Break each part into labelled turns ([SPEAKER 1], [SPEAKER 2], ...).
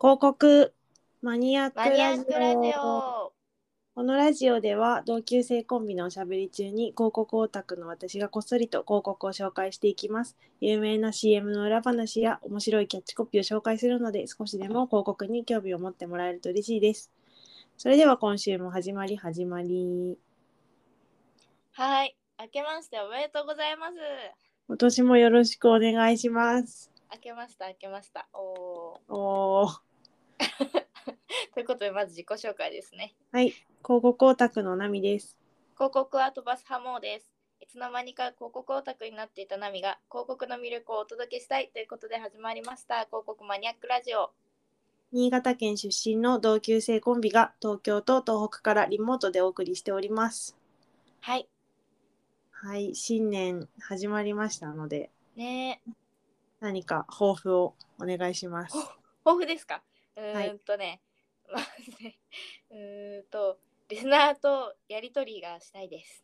[SPEAKER 1] 広告マニアック
[SPEAKER 2] マニアックラ
[SPEAKER 1] ラ
[SPEAKER 2] ジ
[SPEAKER 1] ジオ
[SPEAKER 2] オ。
[SPEAKER 1] このラジオでは同級生コンビのおしゃべり中に広告オタクの私がこっそりと広告を紹介していきます有名な CM の裏話や面白いキャッチコピーを紹介するので少しでも広告に興味を持ってもらえると嬉しいですそれでは今週も始まり始まり
[SPEAKER 2] はい。明けましておめでとうございます。
[SPEAKER 1] 今年もよろしくお願いします
[SPEAKER 2] 明けました、明けました。おー
[SPEAKER 1] おー
[SPEAKER 2] ということで、まず自己紹介ですね。
[SPEAKER 1] はい広告オタクのナミです
[SPEAKER 2] 広告は飛ばすハモーです。いつの間にか広告オタクになっていたナミが広告の魅力をお届けしたいということで始まりました広告マニアックラジオ。
[SPEAKER 1] 新潟県出身の同級生コンビが東京と東北からリモートでお送りしております。
[SPEAKER 2] はい。
[SPEAKER 1] はい、新年始まりましたので、
[SPEAKER 2] ねえ、
[SPEAKER 1] 何か抱負をお願いします。
[SPEAKER 2] 豊富ですかう
[SPEAKER 1] はい
[SPEAKER 2] ーんとね、まずね、うーんと、リスナーとやりとりがしたいです。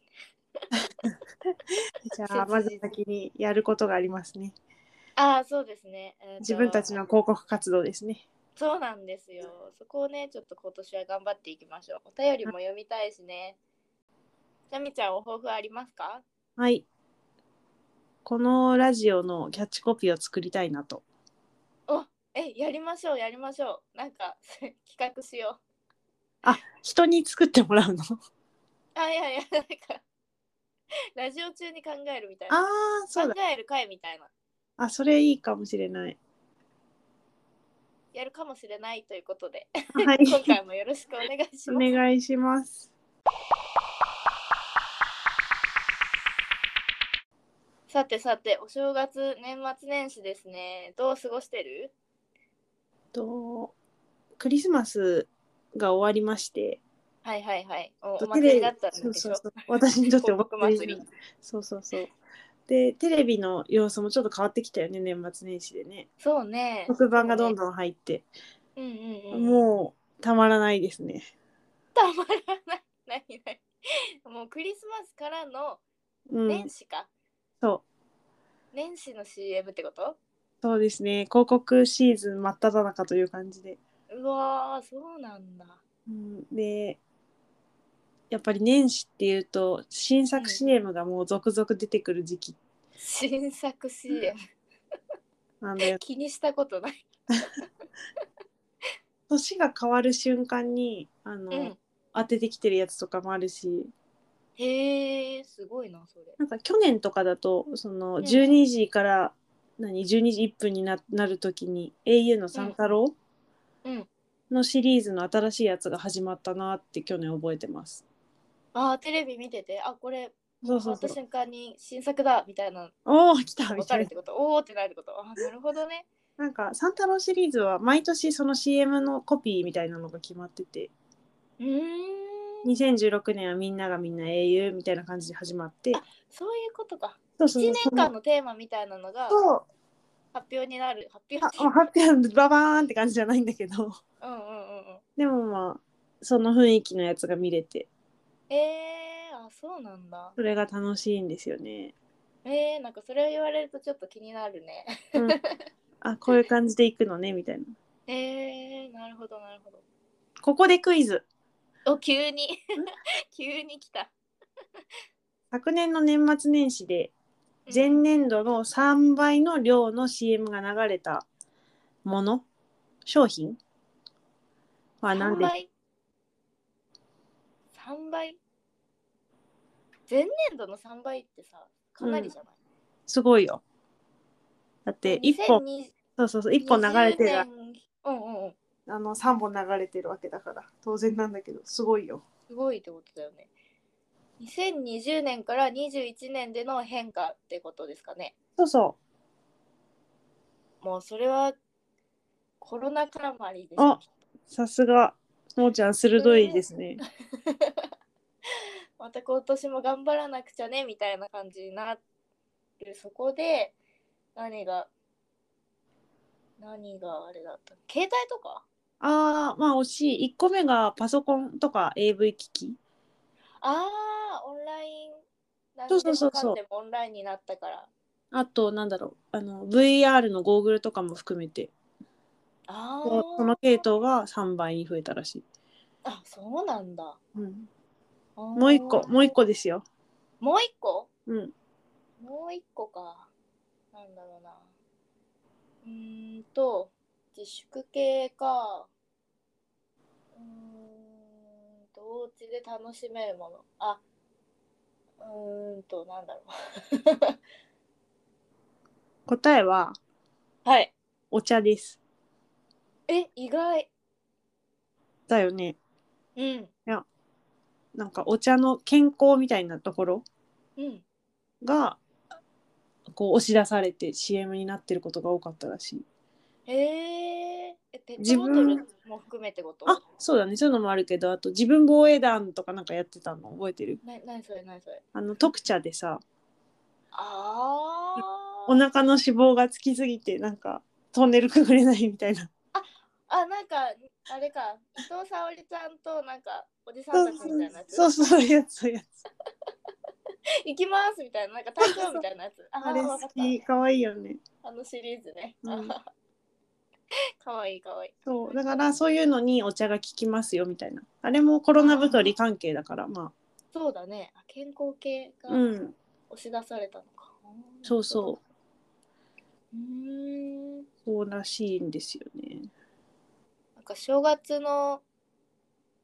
[SPEAKER 1] じゃあ、まず先にやることがありますね。
[SPEAKER 2] ああ、そうですね。うーんと
[SPEAKER 1] 自分たちの広告活動ですね。
[SPEAKER 2] そうなんですよ。そこをね、ちょっと今年は頑張っていきましょう。お便りも読みたいしね。ちゃみちゃん、お抱負ありますか
[SPEAKER 1] はい。このラジオのキャッチコピーを作りたいなと。
[SPEAKER 2] おえ、やりましょう、やりましょう。なんか、 企画しよ
[SPEAKER 1] 人に作ってもらうの
[SPEAKER 2] う。あ、いやいや、なんか、ラジオ中に考えるみたい
[SPEAKER 1] あ
[SPEAKER 2] な。
[SPEAKER 1] あ、そう
[SPEAKER 2] 考
[SPEAKER 1] だ。
[SPEAKER 2] える会みたいな。
[SPEAKER 1] あ、それいいかもしれない。
[SPEAKER 2] やるかもしれないというこ とで、
[SPEAKER 1] はい。
[SPEAKER 2] 今回もよろしくお願いし
[SPEAKER 1] お
[SPEAKER 2] ます。
[SPEAKER 1] 願いします。
[SPEAKER 2] さてさて、お正月、年末年始ですね。どう過ごしてる
[SPEAKER 1] とクリスマスが終わりまして
[SPEAKER 2] はいはいはい。おお
[SPEAKER 1] テレ
[SPEAKER 2] 祭りだったんでし
[SPEAKER 1] そ
[SPEAKER 2] ょ
[SPEAKER 1] うそうそう私にとってお
[SPEAKER 2] 広告
[SPEAKER 1] 祭
[SPEAKER 2] 祭
[SPEAKER 1] り
[SPEAKER 2] り
[SPEAKER 1] な。そうそうそうでテレビの様子もちょっと変わってきたよね年末年始でね
[SPEAKER 2] そうね。
[SPEAKER 1] 特番がどんどん入って、
[SPEAKER 2] うんうんうん。う
[SPEAKER 1] もうたまらないですね
[SPEAKER 2] たまらない。 ないない。もうクリスマスからの
[SPEAKER 1] うん、
[SPEAKER 2] 年始か。
[SPEAKER 1] そう
[SPEAKER 2] 年始の CM ってこと
[SPEAKER 1] そうですね広告シーズン真っ只中という感じで、
[SPEAKER 2] うわー、そうなんだ。
[SPEAKER 1] うん、でやっぱり年始っていうと新
[SPEAKER 2] うん
[SPEAKER 1] 作 CM がもう続々出てくる時期
[SPEAKER 2] 新作 CM。
[SPEAKER 1] なんだよ
[SPEAKER 2] 気にしたことない。
[SPEAKER 1] 年が変わる瞬間にあの、
[SPEAKER 2] うん。
[SPEAKER 1] 当ててきてるやつとかもあるし
[SPEAKER 2] へー、すごいな、それ。
[SPEAKER 1] なんか去年とかだとその
[SPEAKER 2] うん
[SPEAKER 1] 12時から、何12時1分にななる時に au の三太郎
[SPEAKER 2] うん。
[SPEAKER 1] のシリーズの新しいやつが始まったなって去年覚えてます。
[SPEAKER 2] あー、テレビ見てて、あ、これ、
[SPEAKER 1] そう
[SPEAKER 2] 終
[SPEAKER 1] そ
[SPEAKER 2] わ
[SPEAKER 1] う
[SPEAKER 2] っ
[SPEAKER 1] そ
[SPEAKER 2] た
[SPEAKER 1] う。
[SPEAKER 2] 瞬間に新作だ、みたいな、
[SPEAKER 1] おお来た
[SPEAKER 2] わ
[SPEAKER 1] み
[SPEAKER 2] か
[SPEAKER 1] た
[SPEAKER 2] るっ
[SPEAKER 1] い
[SPEAKER 2] てこと。おーってなること。あー、なるほどね。
[SPEAKER 1] な。なんか三太郎シリーズは毎年その CM のコピーみたいなのが決まってて
[SPEAKER 2] うーん。
[SPEAKER 1] 2016年はみんながみんな au みたいな感じで始まって
[SPEAKER 2] そういうことか。
[SPEAKER 1] そう
[SPEAKER 2] 1
[SPEAKER 1] そう
[SPEAKER 2] 年
[SPEAKER 1] その
[SPEAKER 2] 間のテーマみたいなのが
[SPEAKER 1] そう
[SPEAKER 2] 発表になる。発表
[SPEAKER 1] あ
[SPEAKER 2] っていうか
[SPEAKER 1] ハッピーンドババーンって感じじゃないんだけど
[SPEAKER 2] うんうんうんうん。
[SPEAKER 1] でもまあその雰囲気のやつが見れて
[SPEAKER 2] えー、あ、そうなんだ。
[SPEAKER 1] それが楽しいんですよね。
[SPEAKER 2] えー、なんかそれを言われるとちょっと気になるね。
[SPEAKER 1] うん、あこういう感じで行くのねみたいな。
[SPEAKER 2] えー、なるほどなるほど。
[SPEAKER 1] ここでクイズ
[SPEAKER 2] お、急に。 急に来た。
[SPEAKER 1] 昨年の年末年始で
[SPEAKER 2] うん
[SPEAKER 1] 前年度の3倍の量の CM が流れたもの商品は何
[SPEAKER 2] 3
[SPEAKER 1] で
[SPEAKER 2] 倍 ?3 倍前年度の3倍ってさ、かなりじゃない、
[SPEAKER 1] すごいよ。だって1本
[SPEAKER 2] 2020
[SPEAKER 1] そうそうそう1本流れてる
[SPEAKER 2] 年うんうんうん。
[SPEAKER 1] あの3本流れてるわけだから当然なんだけどすごいよ。
[SPEAKER 2] すごいってことだよね。2020年から21年での変化ってことですかね。
[SPEAKER 1] そうそ
[SPEAKER 2] もうそれはコロナ絡まりでしょ
[SPEAKER 1] あ。うさすがもーちゃん鋭いですね。
[SPEAKER 2] また今年も頑張らなくちゃねみたいな感じになるそこで何が何があれだった携帯とか
[SPEAKER 1] ああまあ惜しい1個目がパソコンとか AV 機器
[SPEAKER 2] ああオンライン何
[SPEAKER 1] そう
[SPEAKER 2] で
[SPEAKER 1] そうそ
[SPEAKER 2] も
[SPEAKER 1] うそう
[SPEAKER 2] かんでもオンラインになったから
[SPEAKER 1] あとなんだろうあの VR のゴーグルとかも含めて
[SPEAKER 2] あー
[SPEAKER 1] その系統が3倍に増えたらしい。
[SPEAKER 2] あそうなんだ
[SPEAKER 1] うん、
[SPEAKER 2] も
[SPEAKER 1] もう一個もう一個ですよ。
[SPEAKER 2] もう一個
[SPEAKER 1] うん、
[SPEAKER 2] もう一個かなんだろうなうーんと自粛系かうーんとお家で楽しめるものあうーん となんだろ
[SPEAKER 1] 答えは
[SPEAKER 2] うはい
[SPEAKER 1] お茶です。
[SPEAKER 2] え意外
[SPEAKER 1] だよね。
[SPEAKER 2] うん
[SPEAKER 1] なんかお茶の健康みたいなところ
[SPEAKER 2] うん
[SPEAKER 1] がこう押し出されて CM になってることが多かったらしい。
[SPEAKER 2] へーえペッ
[SPEAKER 1] 自
[SPEAKER 2] トボト
[SPEAKER 1] 分
[SPEAKER 2] ルも含めてこと
[SPEAKER 1] あそうだねそういうのもあるけどあと自分防衛団とかなんかやってたの覚えてる
[SPEAKER 2] な何それ何それ
[SPEAKER 1] あの特茶でさ
[SPEAKER 2] あ
[SPEAKER 1] お
[SPEAKER 2] ー
[SPEAKER 1] 腹の脂肪がつきすぎてなんかトンネルくぐれないみたいな
[SPEAKER 2] あなんかあれか伊藤沙織ちゃんとなんかおじさんたちみたいなやつ
[SPEAKER 1] そうそうそういうやつそういうやつ
[SPEAKER 2] 行きますみたいな、なんか誕生日みたいなやつ。あ
[SPEAKER 1] あれ
[SPEAKER 2] わ
[SPEAKER 1] 好
[SPEAKER 2] かった
[SPEAKER 1] き可愛いよね
[SPEAKER 2] あのシリーズね。
[SPEAKER 1] うん
[SPEAKER 2] かわいいかわいい。
[SPEAKER 1] そうだからそういうのにお茶が効きますよみたいなあれもコロナ太り関係だからま
[SPEAKER 2] そうだね。あ健康系
[SPEAKER 1] あ
[SPEAKER 2] が
[SPEAKER 1] うん
[SPEAKER 2] 押し出されたのか。。
[SPEAKER 1] そうそう
[SPEAKER 2] うーん。
[SPEAKER 1] うそうらしいんですよね
[SPEAKER 2] なんか正月の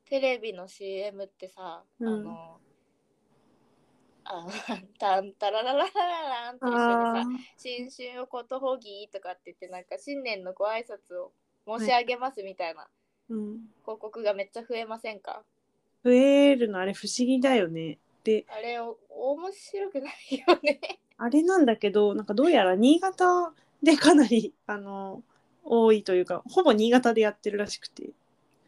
[SPEAKER 2] テレビの CM ってさ、
[SPEAKER 1] うん
[SPEAKER 2] あの、あ、たんたららららららんと一緒で
[SPEAKER 1] あ
[SPEAKER 2] さ、新春をことほぎとかって言って、なんか新年のご挨拶を申し上げますみたいな
[SPEAKER 1] ー、うん、
[SPEAKER 2] 広告がめっちゃ増えませんか、
[SPEAKER 1] 増えるのあれ不思議だよねで
[SPEAKER 2] あれお面白くないよね。
[SPEAKER 1] あれなんだけどなんかどうやら新潟でかなり あの多いというかほぼ新潟でやってるらしくて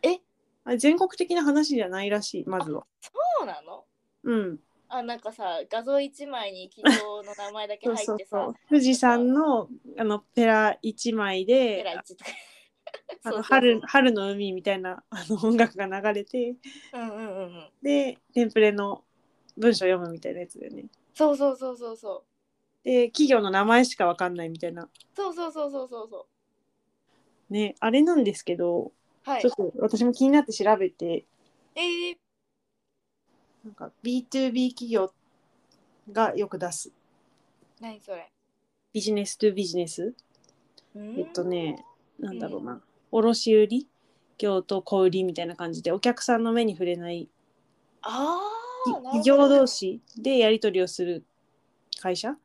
[SPEAKER 2] え
[SPEAKER 1] あれ全国的な話じゃないらしいまずは
[SPEAKER 2] そうなの
[SPEAKER 1] うん
[SPEAKER 2] あなんかさ画像一枚に企業の名前だけ
[SPEAKER 1] そう
[SPEAKER 2] 入
[SPEAKER 1] そう
[SPEAKER 2] って
[SPEAKER 1] そ
[SPEAKER 2] さ
[SPEAKER 1] う富士山のあのペラ1枚
[SPEAKER 2] ペ
[SPEAKER 1] で
[SPEAKER 2] ラ一とか。
[SPEAKER 1] あ
[SPEAKER 2] そうそうそ
[SPEAKER 1] の
[SPEAKER 2] う
[SPEAKER 1] 春春の海みたいなあの音楽が流れて
[SPEAKER 2] うんうんうんうん。
[SPEAKER 1] でテンプレの文章読むみたいなやつだよね
[SPEAKER 2] そうそうそうそうそう。
[SPEAKER 1] で企業の名前しかわかんないみたいな
[SPEAKER 2] そうそうそうそうそうそ
[SPEAKER 1] ねあれなんですけど
[SPEAKER 2] う。はい
[SPEAKER 1] ちょっ。と私も気になって調べて
[SPEAKER 2] えー、
[SPEAKER 1] なんか B2B 企業がよく出す
[SPEAKER 2] 何それ。
[SPEAKER 1] ビジネストゥビジネス、
[SPEAKER 2] う
[SPEAKER 1] え
[SPEAKER 2] ーん
[SPEAKER 1] っと。ねなんだろうな、卸売業と小売りみたいな感じでお客さんの目に触れない
[SPEAKER 2] ああ。なるほど
[SPEAKER 1] 企業同。士でやり取りをする会社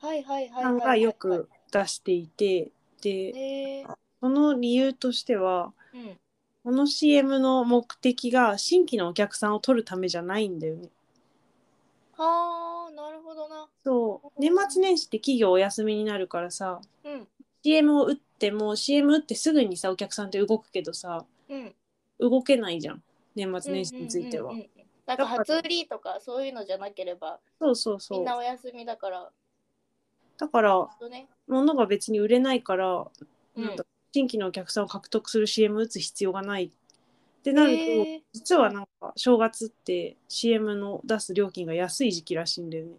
[SPEAKER 2] はいはいはい
[SPEAKER 1] さ
[SPEAKER 2] はい
[SPEAKER 1] ん
[SPEAKER 2] はい、
[SPEAKER 1] がよく。出していてで
[SPEAKER 2] えー、
[SPEAKER 1] その理由としては
[SPEAKER 2] うん。
[SPEAKER 1] この CM の目的が新規のお客さんを取るためじゃないんだよね。
[SPEAKER 2] ああなるほどな。
[SPEAKER 1] そう年末年始って企業お休みになるからさ
[SPEAKER 2] うん。
[SPEAKER 1] CM を打っても CM 打ってすぐにさお客さんって動くけどさ
[SPEAKER 2] うん。
[SPEAKER 1] 動けないじゃん年末年始については、
[SPEAKER 2] うんうんうんうん。なんか初売りとかそういうのじゃなければ
[SPEAKER 1] そうそう
[SPEAKER 2] み
[SPEAKER 1] そ
[SPEAKER 2] ん
[SPEAKER 1] う
[SPEAKER 2] なお休みだから。
[SPEAKER 1] だから
[SPEAKER 2] とね。
[SPEAKER 1] 物が別に売れないから、
[SPEAKER 2] うん
[SPEAKER 1] なんだ新規のお客さんを獲得する CM 打つ必要がないってなると、
[SPEAKER 2] えー、
[SPEAKER 1] 実はなんか正月って CM の出す料金が安い時期らしいんだよね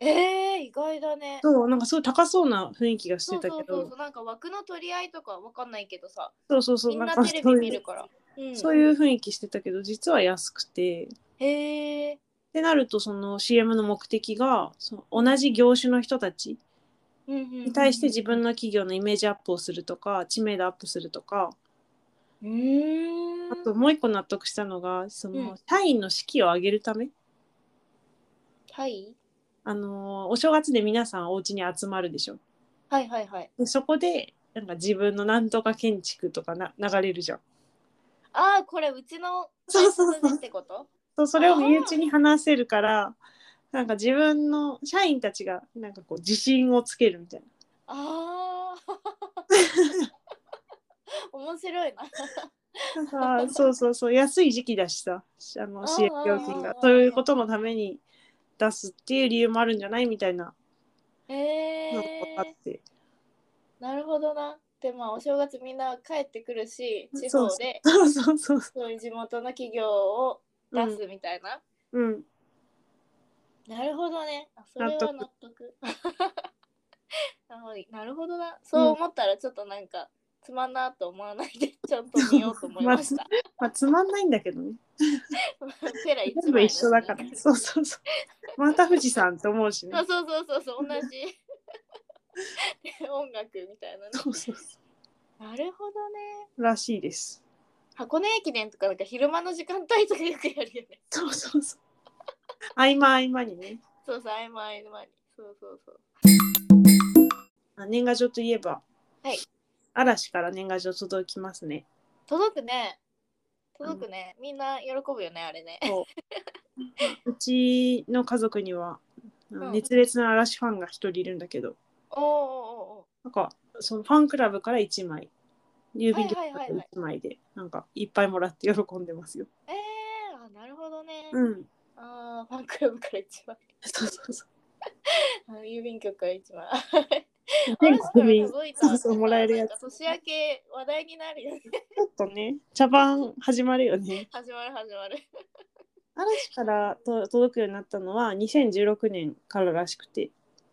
[SPEAKER 2] えー、意外だね。
[SPEAKER 1] そうなんかすごい高そうな雰囲気がして
[SPEAKER 2] そう
[SPEAKER 1] たけ
[SPEAKER 2] そう
[SPEAKER 1] ど
[SPEAKER 2] そうそうなんか枠の取り合いとかわかんないけどさ
[SPEAKER 1] そうそうそう
[SPEAKER 2] みん
[SPEAKER 1] な
[SPEAKER 2] なん
[SPEAKER 1] か
[SPEAKER 2] テレビ見るから。うん、
[SPEAKER 1] そういうそういう雰囲気してたけど実は安くて
[SPEAKER 2] へえ。
[SPEAKER 1] ってなるとその CM の目的がその同じ業種の人たちに
[SPEAKER 2] に
[SPEAKER 1] 対して自分の企業のイメージアップをするとか知名度アップするとか
[SPEAKER 2] うーん
[SPEAKER 1] あともう一個納得したのがそ
[SPEAKER 2] うん
[SPEAKER 1] の社員の士気を上げるため、
[SPEAKER 2] はい
[SPEAKER 1] あのーお正月で皆さんお家に集まるでしょ
[SPEAKER 2] はいはいはい。
[SPEAKER 1] でそこでなんか自分のなんとか建築とかな流れるじゃん
[SPEAKER 2] ああこれうちの
[SPEAKER 1] そうそうそう
[SPEAKER 2] 会社だってこと
[SPEAKER 1] そうそれを身内に話せるからなんか自分の社員たちがなんかこう自信をつけるみたいな
[SPEAKER 2] ああ 面白いな。
[SPEAKER 1] なんかそうそうそう安い時期だしさあ
[SPEAKER 2] あ
[SPEAKER 1] の
[SPEAKER 2] ー
[SPEAKER 1] CM 料金が
[SPEAKER 2] あー
[SPEAKER 1] そういうことのために出すっていう理由もあるんじゃないみたいな
[SPEAKER 2] へ
[SPEAKER 1] のが分かっ
[SPEAKER 2] え
[SPEAKER 1] て、
[SPEAKER 2] なるほどな。でまあお正月みんな帰ってくるし地方で
[SPEAKER 1] そうそうそうそ
[SPEAKER 2] そういう地元の企業を
[SPEAKER 1] う、うん
[SPEAKER 2] 出すみたいな。
[SPEAKER 1] うん、
[SPEAKER 2] なるほどね。あそれは納
[SPEAKER 1] 納
[SPEAKER 2] 得。 なるほどなるほどな。そう思ったらちょっとなんか、つまんなと思わないで ちゃんと見ようと思いました。
[SPEAKER 1] まあ、つまんないんだけどね。
[SPEAKER 2] ペラ一枚
[SPEAKER 1] 全部一緒だから
[SPEAKER 2] だ。し
[SPEAKER 1] そうそうそう。また富士山って思うしね
[SPEAKER 2] あ。そうそうそうそう同じ で音楽みたいなね
[SPEAKER 1] そうそうそ
[SPEAKER 2] なるほどね
[SPEAKER 1] う。らしいです。
[SPEAKER 2] 箱根駅伝とかなんか昼間の時間帯とかよくやるよね
[SPEAKER 1] そうそうそう。合間合間にね。
[SPEAKER 2] そうそう合間合間にそうそうそう
[SPEAKER 1] あ年賀状といえば、
[SPEAKER 2] はい
[SPEAKER 1] 嵐から年賀状届きますね。
[SPEAKER 2] 届くね届くね、みんな喜ぶよねあれね
[SPEAKER 1] うちの家族には、あの
[SPEAKER 2] うん
[SPEAKER 1] 熱烈な嵐ファンが一人いるんだけど、
[SPEAKER 2] おーお
[SPEAKER 1] なんかそのファンクラブから1枚、郵便局か
[SPEAKER 2] はいはいはいは
[SPEAKER 1] ら
[SPEAKER 2] い
[SPEAKER 1] 1枚で、なんかいっぱいもらって喜んでますよ。
[SPEAKER 2] ーおーおーえー、あなるほどね、
[SPEAKER 1] うん。
[SPEAKER 2] あーファンクラブから一枚
[SPEAKER 1] そうそうそう。
[SPEAKER 2] あの郵便局から一枚
[SPEAKER 1] 全国民、
[SPEAKER 2] 嵐から届いた
[SPEAKER 1] そうそう、もらえるやつ。
[SPEAKER 2] な
[SPEAKER 1] ち
[SPEAKER 2] んか年明け話題になるよね
[SPEAKER 1] ょっとね、茶番始まるよね。
[SPEAKER 2] 始まる始まる
[SPEAKER 1] 嵐からと届くようになったのは2016年かららしくて。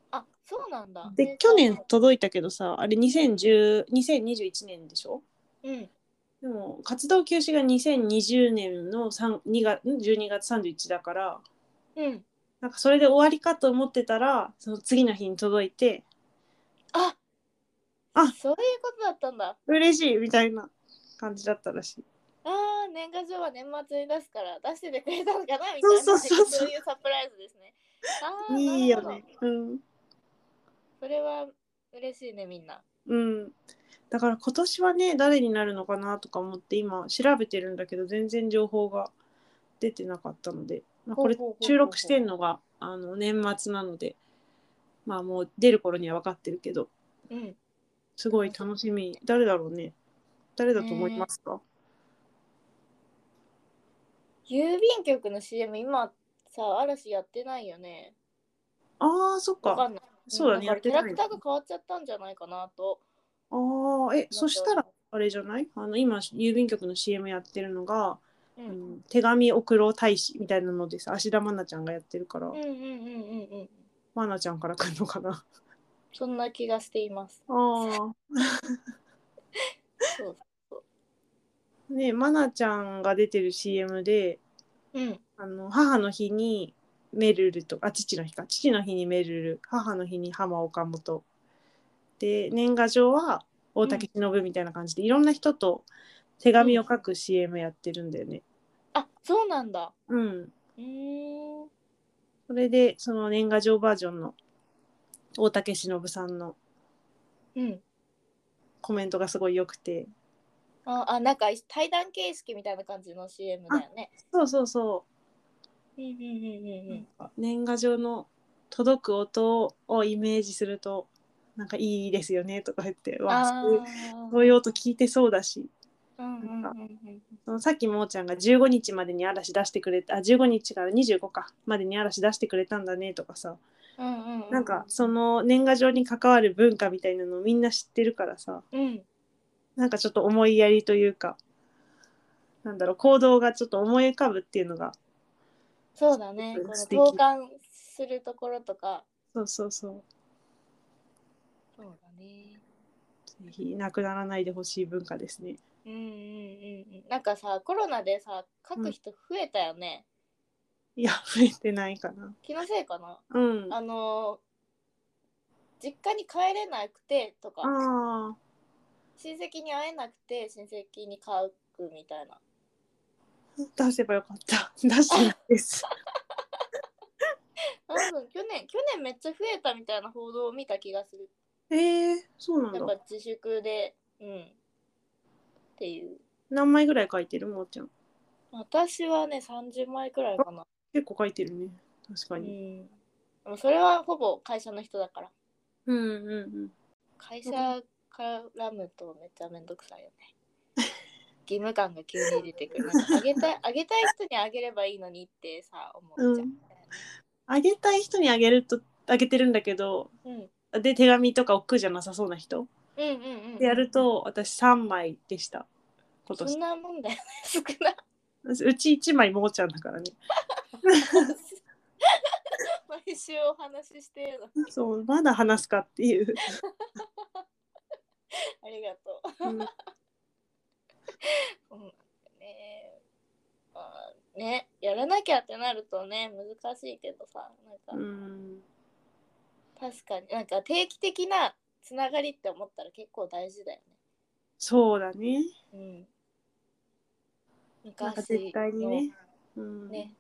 [SPEAKER 2] あそうなんだ
[SPEAKER 1] で、去年届いたけどさ、あれ2010 2021年でしょ
[SPEAKER 2] うん
[SPEAKER 1] でも活動休止が2020年の3 2月ん12月31日だから
[SPEAKER 2] うん
[SPEAKER 1] なんかそれで終わりかと思ってたらその次の日に届いて
[SPEAKER 2] あ
[SPEAKER 1] あ
[SPEAKER 2] そういうことだったんだ。
[SPEAKER 1] 嬉しいみたいな感じだったらしい。
[SPEAKER 2] ああ、年賀状は年末に出すから出しててくれたのかなみたいな。
[SPEAKER 1] そうそうそうそう
[SPEAKER 2] いうサプライズですね。あー
[SPEAKER 1] いいよ。
[SPEAKER 2] なる
[SPEAKER 1] ね
[SPEAKER 2] ほど。
[SPEAKER 1] うん、
[SPEAKER 2] それは嬉しいね、みんな。
[SPEAKER 1] うん、だから今年はね誰になるのかなとか思って今調べてるんだけど全然情報が出てなかったので、まあ、これ
[SPEAKER 2] ほうほうほうほう
[SPEAKER 1] 収録してんのがあの年末なのでまあもう出る頃には分かってるけど
[SPEAKER 2] うん。
[SPEAKER 1] すごい楽しみ。誰だろうね。誰だと思いますか。
[SPEAKER 2] 郵便局の CM、今さ、嵐やってないよね。
[SPEAKER 1] ああ、そっ
[SPEAKER 2] わか
[SPEAKER 1] か。
[SPEAKER 2] んない。
[SPEAKER 1] そうだ
[SPEAKER 2] ん
[SPEAKER 1] ね。
[SPEAKER 2] か
[SPEAKER 1] や
[SPEAKER 2] ら
[SPEAKER 1] って
[SPEAKER 2] キャラ
[SPEAKER 1] ないね。
[SPEAKER 2] クターが変わっちゃったんじゃないかなと。
[SPEAKER 1] ああ、え、そしたら、、あれじゃない。あの、今郵便局の CM やってるのが。
[SPEAKER 2] う、
[SPEAKER 1] うんん、手紙送ろう大使みたいなのでさ、芦田愛菜ちゃんがやってるから
[SPEAKER 2] うん、うんうんうんうん。
[SPEAKER 1] 愛菜ちゃんから来るのかな。
[SPEAKER 2] そんな気がしています。
[SPEAKER 1] あ
[SPEAKER 2] そう。
[SPEAKER 1] あ。 ね、愛菜ちゃんが出てる CM で、
[SPEAKER 2] うん。
[SPEAKER 1] あの、母の日に。めるるとあ父の日か父の日にめるる母の日に浜岡本で年賀状は大竹しのぶみたいな感じで、いろんな人と手紙を書く CM やってるんだよね。
[SPEAKER 2] あ、そうなんだ。
[SPEAKER 1] うん、
[SPEAKER 2] うーん。
[SPEAKER 1] それでその年賀状バージョンの大竹しのぶさんの
[SPEAKER 2] うん。
[SPEAKER 1] コメントがすごい良くて
[SPEAKER 2] ああなんか対談形式みたいな感じの CM だよね。
[SPEAKER 1] そうそうそ
[SPEAKER 2] うんうんうん
[SPEAKER 1] う、
[SPEAKER 2] うんう
[SPEAKER 1] なん
[SPEAKER 2] ん。
[SPEAKER 1] か年賀状の届く音をイメージするとなんかいいですよねとか言ってわ
[SPEAKER 2] あ
[SPEAKER 1] あ
[SPEAKER 2] あ
[SPEAKER 1] そういうそういう音聞いてそうだし
[SPEAKER 2] うんうんうん
[SPEAKER 1] そのさっきもーちゃんが15日までに嵐出してくれたあ15日から25かまでに嵐出してくれたんだねとかさ
[SPEAKER 2] うんうん。
[SPEAKER 1] なんかその年賀状に関わる文化みたいなのをみんな知ってるからさ
[SPEAKER 2] うん
[SPEAKER 1] なんかちょっと思いやりというかなんだろう行動がちょっと思い浮かぶっていうのが
[SPEAKER 2] そうだね。この
[SPEAKER 1] 素
[SPEAKER 2] 交
[SPEAKER 1] 敵
[SPEAKER 2] 換するところとか。
[SPEAKER 1] そうそうそう
[SPEAKER 2] そうだね。
[SPEAKER 1] ぜひなくならないでほしい文化ですね。
[SPEAKER 2] うんうんうんうん。なんかさコロナでさ書く人増えたよね。
[SPEAKER 1] いや増えてないかな。
[SPEAKER 2] 気のせいかな。
[SPEAKER 1] うん。あ
[SPEAKER 2] あのー実家に帰れなくてとか
[SPEAKER 1] あ
[SPEAKER 2] 親戚に会えなくて親戚に買うみたいな。
[SPEAKER 1] 出せばよかった。出してないです。
[SPEAKER 2] 多分去年去年めっちゃ増えたみたいな報道を見た気がする。
[SPEAKER 1] ええー、そうな
[SPEAKER 2] や
[SPEAKER 1] ん
[SPEAKER 2] っぱ
[SPEAKER 1] だ。
[SPEAKER 2] 自粛で、うん。っていう。
[SPEAKER 1] 何枚ぐらい書いてるもーちゃん。
[SPEAKER 2] 私はね、30枚くらいかな。
[SPEAKER 1] 結構書いてるね。確
[SPEAKER 2] う
[SPEAKER 1] かに。
[SPEAKER 2] ん。でもそれはほぼ会社の人だから。
[SPEAKER 1] うんうんうん。
[SPEAKER 2] 会社からむとめっちゃめんどくさいよね。 義務感が急に出てくる。なんかあげたい、あげたい人にあげればいいのにってさ、思っちゃうみたい
[SPEAKER 1] あげたい人にあげるとあげてるんだけど
[SPEAKER 2] な。うん。
[SPEAKER 1] で手紙とか送るじゃなさそうな人
[SPEAKER 2] うんうんうん。
[SPEAKER 1] でやる。と私3枚でした今
[SPEAKER 2] そ
[SPEAKER 1] 年
[SPEAKER 2] んなもんだよね。少な
[SPEAKER 1] うち1枚もーちゃんだからね
[SPEAKER 2] 毎週お話ししてるの。
[SPEAKER 1] そうまだ話すかっていう
[SPEAKER 2] ありがとう。
[SPEAKER 1] うん
[SPEAKER 2] そうなんだよね。まあね、やらなきゃってなるとね、難しいけどさ、なんか、
[SPEAKER 1] ん
[SPEAKER 2] 確かに、なんか定期的なつながりって思ったら結構大事だよ
[SPEAKER 1] そうだね。
[SPEAKER 2] ね。うん。
[SPEAKER 1] なんか絶対にね。うん
[SPEAKER 2] 昔の。ね、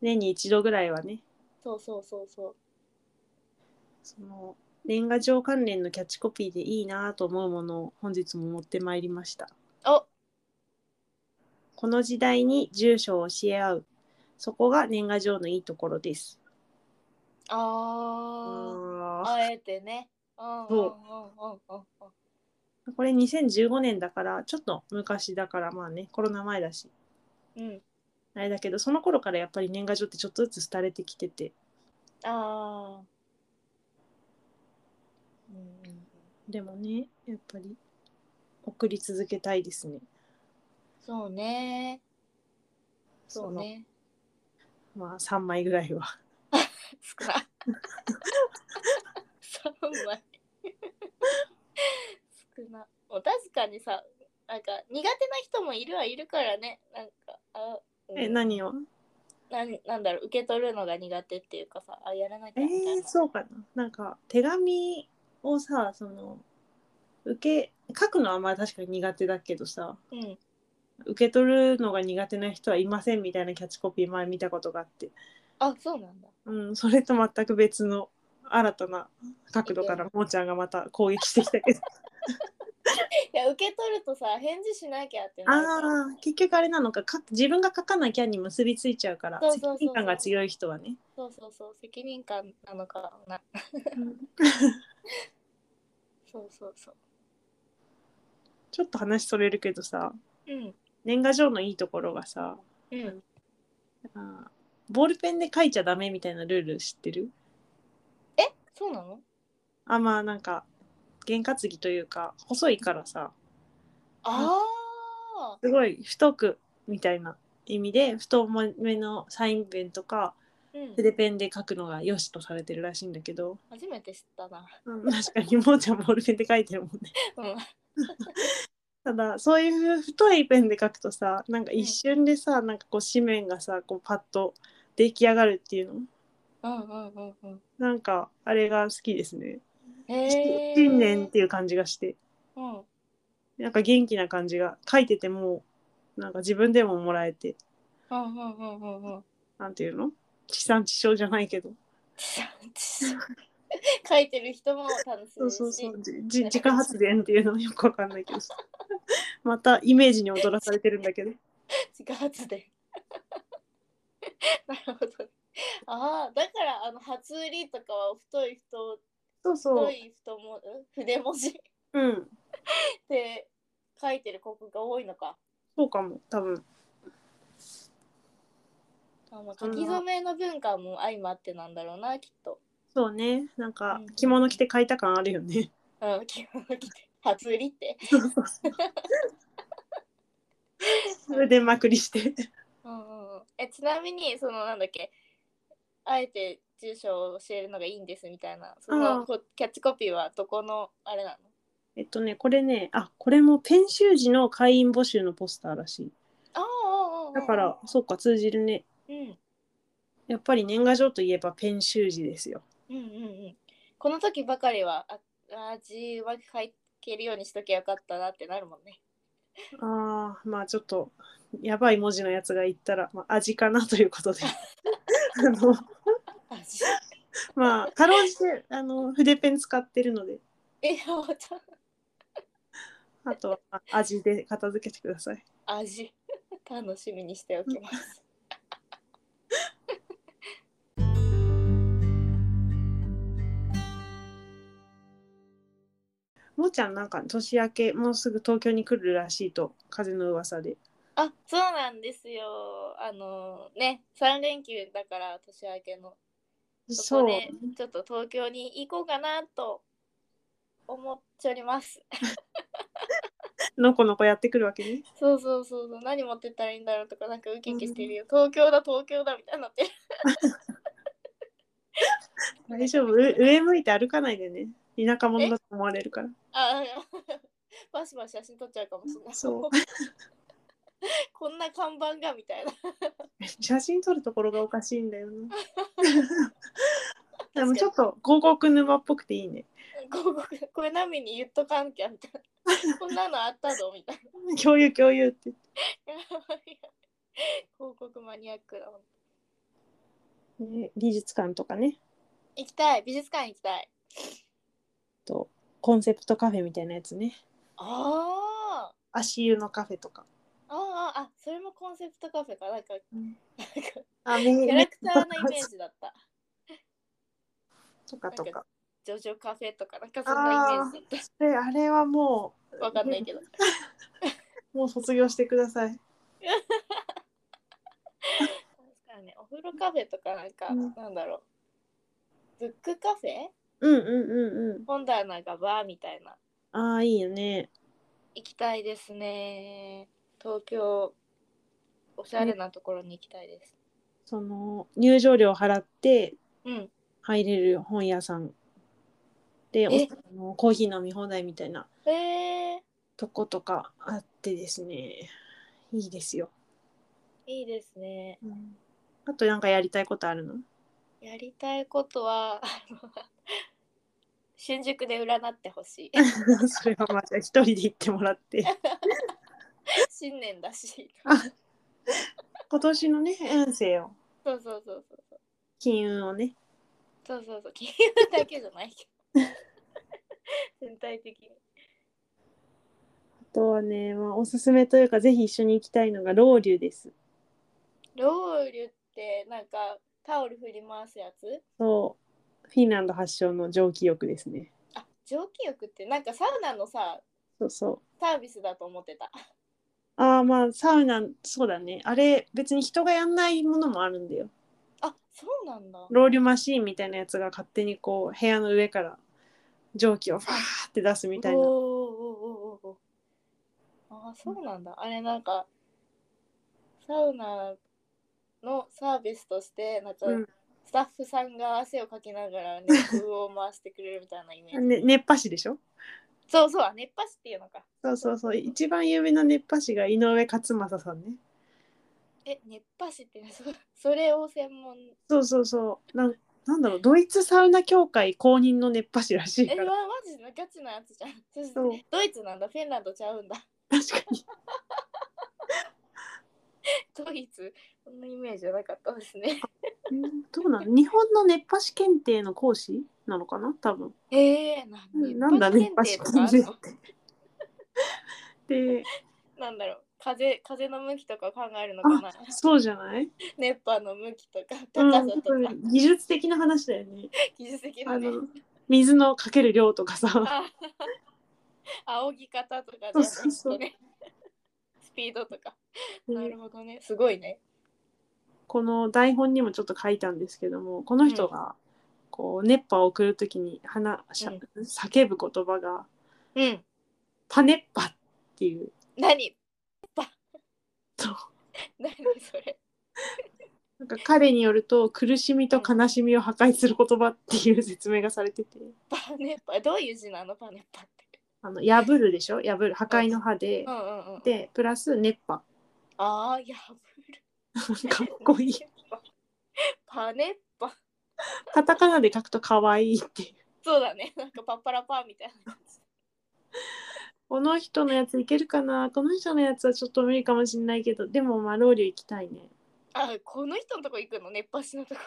[SPEAKER 1] 年に一度ぐらいはね。
[SPEAKER 2] そうそうそうそう。
[SPEAKER 1] その年賀状関連のキャッチコピーでいいなと思うものを本日も持ってまいりました。
[SPEAKER 2] お
[SPEAKER 1] この時代に住所を教え合う。そこが年賀状のいいところです。
[SPEAKER 2] あー、
[SPEAKER 1] あ
[SPEAKER 2] あえてね。うんうんうんうんうんうん。
[SPEAKER 1] ーこれ2015年だから、ちょっと昔だから、まあね、コロナ前だし。
[SPEAKER 2] うん。
[SPEAKER 1] あれだけど、その頃からやっぱり年賀状ってちょっとずつ廃れてきてて、
[SPEAKER 2] ああ。うんうんうん。
[SPEAKER 1] でもね、やっぱり送り続けたいですね。
[SPEAKER 2] そうね。そうね。
[SPEAKER 1] その。まあ3枚ぐらいは。
[SPEAKER 2] 少ない。3枚。少な。もう確かにさ、なんか苦手な人もいるはいるからね。なんか、あ、うん
[SPEAKER 1] え、何を
[SPEAKER 2] なんなんだろう、受け取るのが苦手っていうかさ、あ、やらなきゃ
[SPEAKER 1] え
[SPEAKER 2] みたいな。
[SPEAKER 1] ー、そうかな。なんか手紙をさ、その受け書くのはまあ確かに苦手だけどさ、
[SPEAKER 2] うん。
[SPEAKER 1] 受け取るのが苦手な人はいませんみたいなキャッチコピー前見たことがあって、
[SPEAKER 2] あ、そうなんだ。
[SPEAKER 1] うん、それと全く別の新たな角度からもーちゃんがまた攻撃してきたけ ど、
[SPEAKER 2] いや、受け取るとさ、返事しなきゃってなるから。
[SPEAKER 1] ああ結局あれなのかか自分が書かなきゃに結びついちゃうから
[SPEAKER 2] そうそうそうそう
[SPEAKER 1] 責任感が強い人はね。
[SPEAKER 2] そうそうそう、責任感なのかな。そうそうそう。
[SPEAKER 1] ちょっと話それるけどさ、
[SPEAKER 2] うん。
[SPEAKER 1] 年賀状のいいところがさ、
[SPEAKER 2] うん。
[SPEAKER 1] あーボールペンで書いちゃダメみたいなルール知ってる
[SPEAKER 2] そうなの
[SPEAKER 1] あまあなんか験担ぎというか細いからさ
[SPEAKER 2] ああ。
[SPEAKER 1] すごい太くみたいな意味で太めのサインペンとか
[SPEAKER 2] うん。
[SPEAKER 1] 筆ペンで書くのが良しとされてるらしいんだけど、
[SPEAKER 2] 初めて知ったな。
[SPEAKER 1] 確かにもーちゃんボールペンで書いてるもんね
[SPEAKER 2] うん。
[SPEAKER 1] ただそういう太いペンで書くとさなんか一瞬でさ、なんかこう紙面がさこうパッと出来上がるっていうの
[SPEAKER 2] うんうんうんうん。
[SPEAKER 1] なんかあれが好きですね、
[SPEAKER 2] へえ。
[SPEAKER 1] 新年っていう感じがして
[SPEAKER 2] うん。
[SPEAKER 1] なんか元気な感じが書いててもなんか自分でももらえて
[SPEAKER 2] うんうんうんうんうん。
[SPEAKER 1] なんていうの地産地消じゃないけど
[SPEAKER 2] 書いてる人も楽しいし。
[SPEAKER 1] そうそうそうじじ自家発電っていうのもよくわかんないけど またイメージに踊らされてるんだけど
[SPEAKER 2] 自家発電。なるほど。ああ、だからあの初売りとかは太い太
[SPEAKER 1] そうそ
[SPEAKER 2] 太
[SPEAKER 1] う
[SPEAKER 2] い太もん筆文字
[SPEAKER 1] うん
[SPEAKER 2] で書いてる国が多いのか。
[SPEAKER 1] そうかも多分
[SPEAKER 2] あの書き初めの文化も相まってなんだろうなきっと。
[SPEAKER 1] そうねなんか
[SPEAKER 2] うん
[SPEAKER 1] 着物着て書いた感あるよ ね
[SPEAKER 2] うん、着物着て初売りって。
[SPEAKER 1] そうそうそうそれでまくりして
[SPEAKER 2] うんうんうん、えちなみにそのなんだっけあえて住所を教えるのがいいんですみたいなそ
[SPEAKER 1] あ
[SPEAKER 2] の
[SPEAKER 1] ー
[SPEAKER 2] こキャッチコピーはどこのあれなの
[SPEAKER 1] えっとねこれねあこれも研修時の会員募集のポスターらしい
[SPEAKER 2] ああ
[SPEAKER 1] だからそうか通じるね
[SPEAKER 2] うんうん
[SPEAKER 1] やっぱり年賀状といえばペン習字ですよ。
[SPEAKER 2] うんうんこの時ばかりはああー字うまく書けるようにしときゃよかったなってなるもんね
[SPEAKER 1] ああ、まあちょっとやばい文字のやつが言ったら、まあ、味かなということ で。あの
[SPEAKER 2] あ 字
[SPEAKER 1] まあかろうじてあの筆ペン使ってるので
[SPEAKER 2] えやばちゃん
[SPEAKER 1] あとはまあ味で片付けてください。
[SPEAKER 2] あ字楽しみにしておきます
[SPEAKER 1] もーちゃんなんか年明けもうすぐ東京に来るらしいと風の噂で。
[SPEAKER 2] あそうなんですよあのね3連休だから年明けのそ
[SPEAKER 1] そ
[SPEAKER 2] こ
[SPEAKER 1] う
[SPEAKER 2] でちょっと東京に行こうかなと思っております。
[SPEAKER 1] のこのこやってくるわけね。
[SPEAKER 2] そうそうそうそう何持ってったらいいんだろうとかなんかウキウキしてるよ、東京だ東京だみたいにな ってる
[SPEAKER 1] 大丈夫う上向いて歩かないでね田舎者だと思われるから。
[SPEAKER 2] あバシバシ写真撮っちゃうかもしれない。
[SPEAKER 1] そう
[SPEAKER 2] こんな看板がみたいな。
[SPEAKER 1] 写真撮るところがおかしいんだよ なでもちょっと広告沼っぽくていいね
[SPEAKER 2] 広告これ波に言っとかんきゃみたいな。こんなのあったぞみたいな。
[SPEAKER 1] 共有共有って
[SPEAKER 2] 広告マニアックだ。
[SPEAKER 1] ね美術館とかね
[SPEAKER 2] 行きたい美術館行きたい。
[SPEAKER 1] とコンセプトカフェみたいなやつね
[SPEAKER 2] あー
[SPEAKER 1] 足湯のカフェとか
[SPEAKER 2] あーあーあそれもコンセプトカフェかなんか
[SPEAKER 1] うん
[SPEAKER 2] なんかキ
[SPEAKER 1] あめ
[SPEAKER 2] ャラクターのイメージだった。
[SPEAKER 1] とかとか
[SPEAKER 2] ジョジョカフェとかなんかそんなイメージだった。
[SPEAKER 1] であれはもう
[SPEAKER 2] わかんないけど。
[SPEAKER 1] もう卒業してください
[SPEAKER 2] 確かにね、お風呂カフェとかなんか、
[SPEAKER 1] うん
[SPEAKER 2] なんだろう。ブックカフェ
[SPEAKER 1] うんうんうんう
[SPEAKER 2] 本棚がバーみたいな。
[SPEAKER 1] んああいいよね
[SPEAKER 2] 行きたいですね。東京、おしゃれなところに行きたいです。
[SPEAKER 1] その入場料払って
[SPEAKER 2] うん。
[SPEAKER 1] 入れる本屋さんでお
[SPEAKER 2] え
[SPEAKER 1] あのコーヒー飲み放題みたいな
[SPEAKER 2] え
[SPEAKER 1] とことかあってですねいいですよ、
[SPEAKER 2] ー、いいですね。
[SPEAKER 1] あとなんかやりたいことあるの
[SPEAKER 2] やりたいことは、あ の新宿で占ってほしい。
[SPEAKER 1] それはまた一人で行ってもら って
[SPEAKER 2] 新年だし。
[SPEAKER 1] 今年のね運勢を
[SPEAKER 2] そうそうそうそう。
[SPEAKER 1] 金運をね
[SPEAKER 2] そうそうそう、金融だけじゃないけど。 全体的に。
[SPEAKER 1] あとはね、まあ、おすすめというかぜひ一緒に行きたいのがロウリュです
[SPEAKER 2] ロウリュって、なんか、タオル振り回すやつ
[SPEAKER 1] そうフィンランド発祥の蒸気浴ですね
[SPEAKER 2] あ、蒸気浴って、なんかサウナのさ、
[SPEAKER 1] そうそう
[SPEAKER 2] サービスだと思ってた。
[SPEAKER 1] ああまあサウナそうだねあれ別に人がやんないものもあるんだよ
[SPEAKER 2] あ、そうなんだ。
[SPEAKER 1] ローリュマシーンみたいなやつが勝手にこう部屋の上から蒸気をファーって出すみたい
[SPEAKER 2] おー
[SPEAKER 1] な
[SPEAKER 2] おーおーおーおーあ、そうなんだ。あれ、なんか、サウナのサービスとして、なんか、
[SPEAKER 1] うん
[SPEAKER 2] スタッフさんが汗をかきな がら熱風を回してくれるみたいなイメージ。
[SPEAKER 1] ね、熱波師でしょ
[SPEAKER 2] そうそう、あ熱波師っていうのか。
[SPEAKER 1] そうそうそう一番有名な熱波師が井上勝正さんね
[SPEAKER 2] え、熱波師って そそれを専門。
[SPEAKER 1] そうそうそうなんなんだろうドイツサウナ協会公認の熱波師らしいか
[SPEAKER 2] え、ま、
[SPEAKER 1] ら
[SPEAKER 2] マジのガチなやつじゃん。そして
[SPEAKER 1] そう
[SPEAKER 2] ドイツなんだ、フィンランドちゃうんだ。
[SPEAKER 1] 確かに
[SPEAKER 2] ドイツ、そんなイメージはなかったですね。
[SPEAKER 1] うんどうなの日本の熱波師検定の講師なのかな多分
[SPEAKER 2] えー、な
[SPEAKER 1] なんだ熱波師
[SPEAKER 2] とかあ
[SPEAKER 1] 検
[SPEAKER 2] る
[SPEAKER 1] 定
[SPEAKER 2] の
[SPEAKER 1] ってで
[SPEAKER 2] なんだろう。風風の向きとか考えるのかな
[SPEAKER 1] そうじゃない
[SPEAKER 2] 熱波の向きとか
[SPEAKER 1] うん
[SPEAKER 2] 高さとか、
[SPEAKER 1] 技術的な話だよね。
[SPEAKER 2] 技術的
[SPEAKER 1] あ
[SPEAKER 2] なね
[SPEAKER 1] の水のかける量とかさ、
[SPEAKER 2] あ仰ぎ方とかじゃ
[SPEAKER 1] そうそ
[SPEAKER 2] ない
[SPEAKER 1] うそう
[SPEAKER 2] とねスピードとかな
[SPEAKER 1] ね
[SPEAKER 2] るほどねすごいね
[SPEAKER 1] この台本にもちょっと書いたんですけどもこの人がこう熱波を送る時に話しゃ叫ぶ言葉が
[SPEAKER 2] うん
[SPEAKER 1] 「パ熱波」っていう
[SPEAKER 2] 何パ
[SPEAKER 1] そう
[SPEAKER 2] 何それ
[SPEAKER 1] なんか彼によると苦しみと悲しみを破壊する言葉っていう説明がされてて
[SPEAKER 2] パネッパどういう字なのパネッパって。
[SPEAKER 1] 「あの破る」でしょ「破る」破壊の「破」で
[SPEAKER 2] うんうんうん。
[SPEAKER 1] でプラス「熱波
[SPEAKER 2] ああやぶる。」
[SPEAKER 1] かっこいい。
[SPEAKER 2] パネッパ。
[SPEAKER 1] カタカナで書くと「かわいい」っていう。
[SPEAKER 2] そうだね。なんかパッパラパーみたいな感じ。
[SPEAKER 1] この人のやついけるかなこの人のやつはちょっと無理かもしれないけどでもまあロウリュ行きたいね
[SPEAKER 2] あこの人のとこ行くの熱波師 のとこ。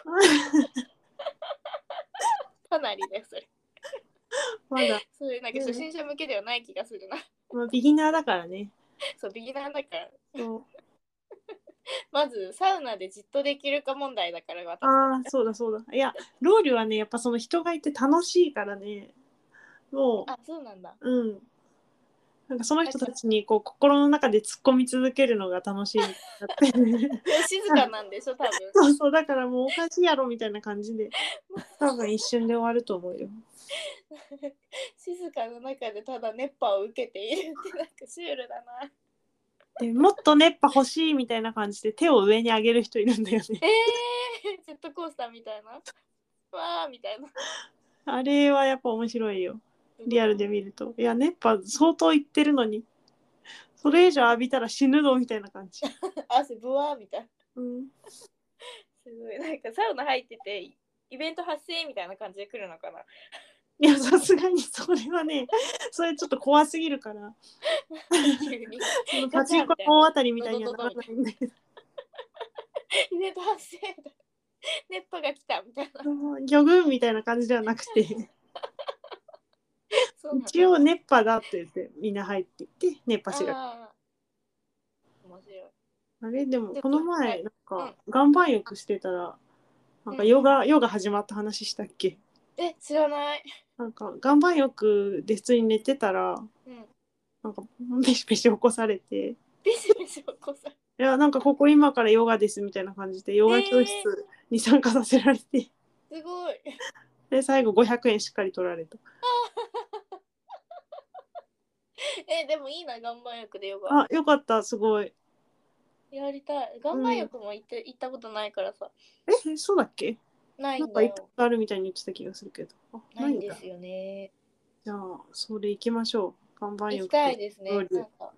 [SPEAKER 2] かなりだよそれ。
[SPEAKER 1] まだ、
[SPEAKER 2] それなんか初心者向けではない気がするな。
[SPEAKER 1] まあ、ビギナーだからね
[SPEAKER 2] そうビギナーだから。
[SPEAKER 1] そう
[SPEAKER 2] まずサウナでじっとできるか問題だから私。
[SPEAKER 1] ああそうだそうだいやロウリュはねやっぱその人がいて楽しいからねも
[SPEAKER 2] あそうなんだ。
[SPEAKER 1] ううんなんかその人たちにこう心の中で突っ込み続けるのが楽しいんだって
[SPEAKER 2] 静かなんでしょ多分。
[SPEAKER 1] そうそうだからもうおかしいやろみたいな感じで多分一瞬で終わると思うよ
[SPEAKER 2] 静かの中でただ熱波を受けているってなんかシュールだな。
[SPEAKER 1] でもっと熱波欲しいみたいな感じで手を上に上げる人いるんだよね
[SPEAKER 2] ええ ー、ジェットコースターみたいな。わーみたいな。
[SPEAKER 1] あれはやっぱ面白いよ。リアルで見るといや熱波相当いってるのにそれ以上浴びたら死ぬぞみたいな感じ、
[SPEAKER 2] 汗ぶわーみたいな
[SPEAKER 1] うん、
[SPEAKER 2] すごいなんかサウナ入っててイベント発生みたいな感じで来るの かない
[SPEAKER 1] やさすがにそれはねそれちょっと怖すぎる から
[SPEAKER 2] 急に
[SPEAKER 1] そのパチンコの大当たりみたいにはならないんだけど
[SPEAKER 2] イベント発生みた いな熱波が来たみたい な
[SPEAKER 1] 魚群みたいな感じではなくて
[SPEAKER 2] そうなんだ
[SPEAKER 1] 一応熱波だって言ってみんな入っていって熱波しが
[SPEAKER 2] あー面白い
[SPEAKER 1] あれでも
[SPEAKER 2] で
[SPEAKER 1] この
[SPEAKER 2] は
[SPEAKER 1] 前
[SPEAKER 2] い
[SPEAKER 1] なん
[SPEAKER 2] うん
[SPEAKER 1] か岩盤浴してたらなんかヨガヨガ始まった話したっけ
[SPEAKER 2] え知らない
[SPEAKER 1] なんか岩盤浴で普通に寝てたら
[SPEAKER 2] うん
[SPEAKER 1] なんかペシペシ起こされてい
[SPEAKER 2] ビシビシお子さん
[SPEAKER 1] やなんかここ今からヨガですみたいな感じでヨガ教室に参加させられて、
[SPEAKER 2] すごい
[SPEAKER 1] で最後500円しっかり取られた
[SPEAKER 2] えでもいいな岩盤浴でヨガ
[SPEAKER 1] あよかったすごい
[SPEAKER 2] やりたい岩盤浴も行って、行ったことないからさ
[SPEAKER 1] えそうだっけ
[SPEAKER 2] ない
[SPEAKER 1] なん
[SPEAKER 2] ん
[SPEAKER 1] か
[SPEAKER 2] だ
[SPEAKER 1] 行った
[SPEAKER 2] よ
[SPEAKER 1] ことあるみたいに言ってた気がするけどあ
[SPEAKER 2] ないん
[SPEAKER 1] だ
[SPEAKER 2] ですよね
[SPEAKER 1] じゃあそれ行きましょう岩盤
[SPEAKER 2] 行
[SPEAKER 1] 浴
[SPEAKER 2] きたいですね
[SPEAKER 1] ど
[SPEAKER 2] な
[SPEAKER 1] うんぞ
[SPEAKER 2] か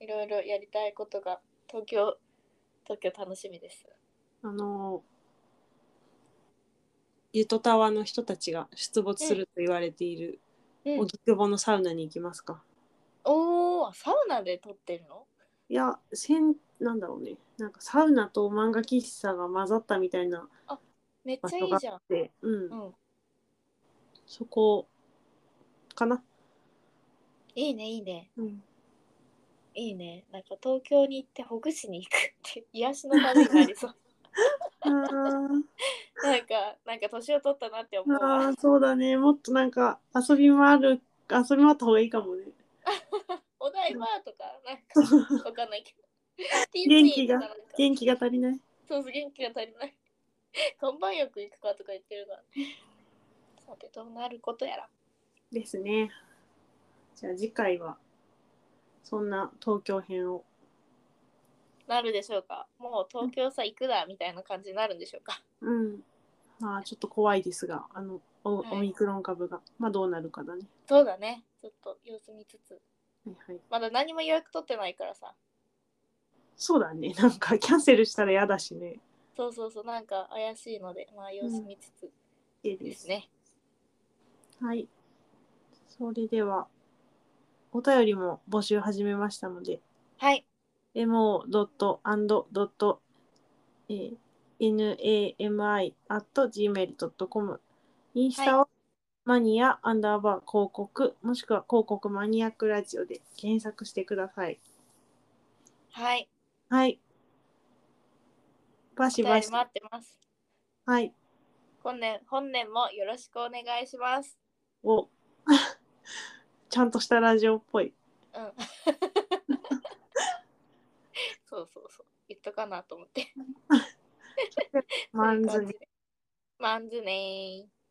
[SPEAKER 2] いろいろやりたいことが東京東京楽しみです
[SPEAKER 1] あのゆとたわの人たちが出没すると言われている
[SPEAKER 2] うん
[SPEAKER 1] 荻窪のサウナに行きますか、
[SPEAKER 2] おおサウナで撮ってるの
[SPEAKER 1] いやせんなんだろうねなんかサウナと漫画喫茶が混ざったみたいな
[SPEAKER 2] めっ
[SPEAKER 1] 場
[SPEAKER 2] ちゃい
[SPEAKER 1] 所が
[SPEAKER 2] いじゃ
[SPEAKER 1] あ
[SPEAKER 2] ん
[SPEAKER 1] ってうん、
[SPEAKER 2] うん
[SPEAKER 1] そこかな、
[SPEAKER 2] いいねいいね
[SPEAKER 1] うん、
[SPEAKER 2] いいねなんか東京に行ってほぐしに行くって癒しの旅になりそう
[SPEAKER 1] あー
[SPEAKER 2] なんかなんか年を取ったなって思うわ
[SPEAKER 1] あーそうだねもっとなんか遊び回る遊び回った方がいいかもね
[SPEAKER 2] お台場とかなん かわかんないけどティーツィーとかなんか
[SPEAKER 1] 元気が足りない
[SPEAKER 2] そうそう元気が足りない 看板よく行くかとか言ってるからさてどうなることやら
[SPEAKER 1] ですねじゃあ次回はそんな東京編を
[SPEAKER 2] なるでしょうかもう東京さ行くだみたいな感じになるんでしょうか
[SPEAKER 1] うんまあちょっと怖いですがあのオ,、
[SPEAKER 2] はい
[SPEAKER 1] オミクロン株がまあどうなるかだね
[SPEAKER 2] そうだねちょっと様子見つつ
[SPEAKER 1] はいはい
[SPEAKER 2] まだ何も予約取ってないからさ
[SPEAKER 1] そうだね なんかキャンセルしたら嫌だしね
[SPEAKER 2] そうそうそうなんか怪しいのでまあ様子見つつ
[SPEAKER 1] いいで
[SPEAKER 2] です
[SPEAKER 1] す
[SPEAKER 2] ね、
[SPEAKER 1] はいそれではお便りも募集始めましたので
[SPEAKER 2] はい
[SPEAKER 1] mo.and.nami.gmail.com インスタをマニアアンダーバー広告もしくは広告マニアックラジオで検索してください。
[SPEAKER 2] はい
[SPEAKER 1] はい。バ
[SPEAKER 2] お
[SPEAKER 1] シ
[SPEAKER 2] 便り
[SPEAKER 1] バシ。
[SPEAKER 2] 待ってます
[SPEAKER 1] はい。
[SPEAKER 2] 本年本年もよろしくお願いします
[SPEAKER 1] お ちゃんとしたラジオっぽい。
[SPEAKER 2] うんそうそうそう言っとかなと思って
[SPEAKER 1] マンズに
[SPEAKER 2] マンズねー。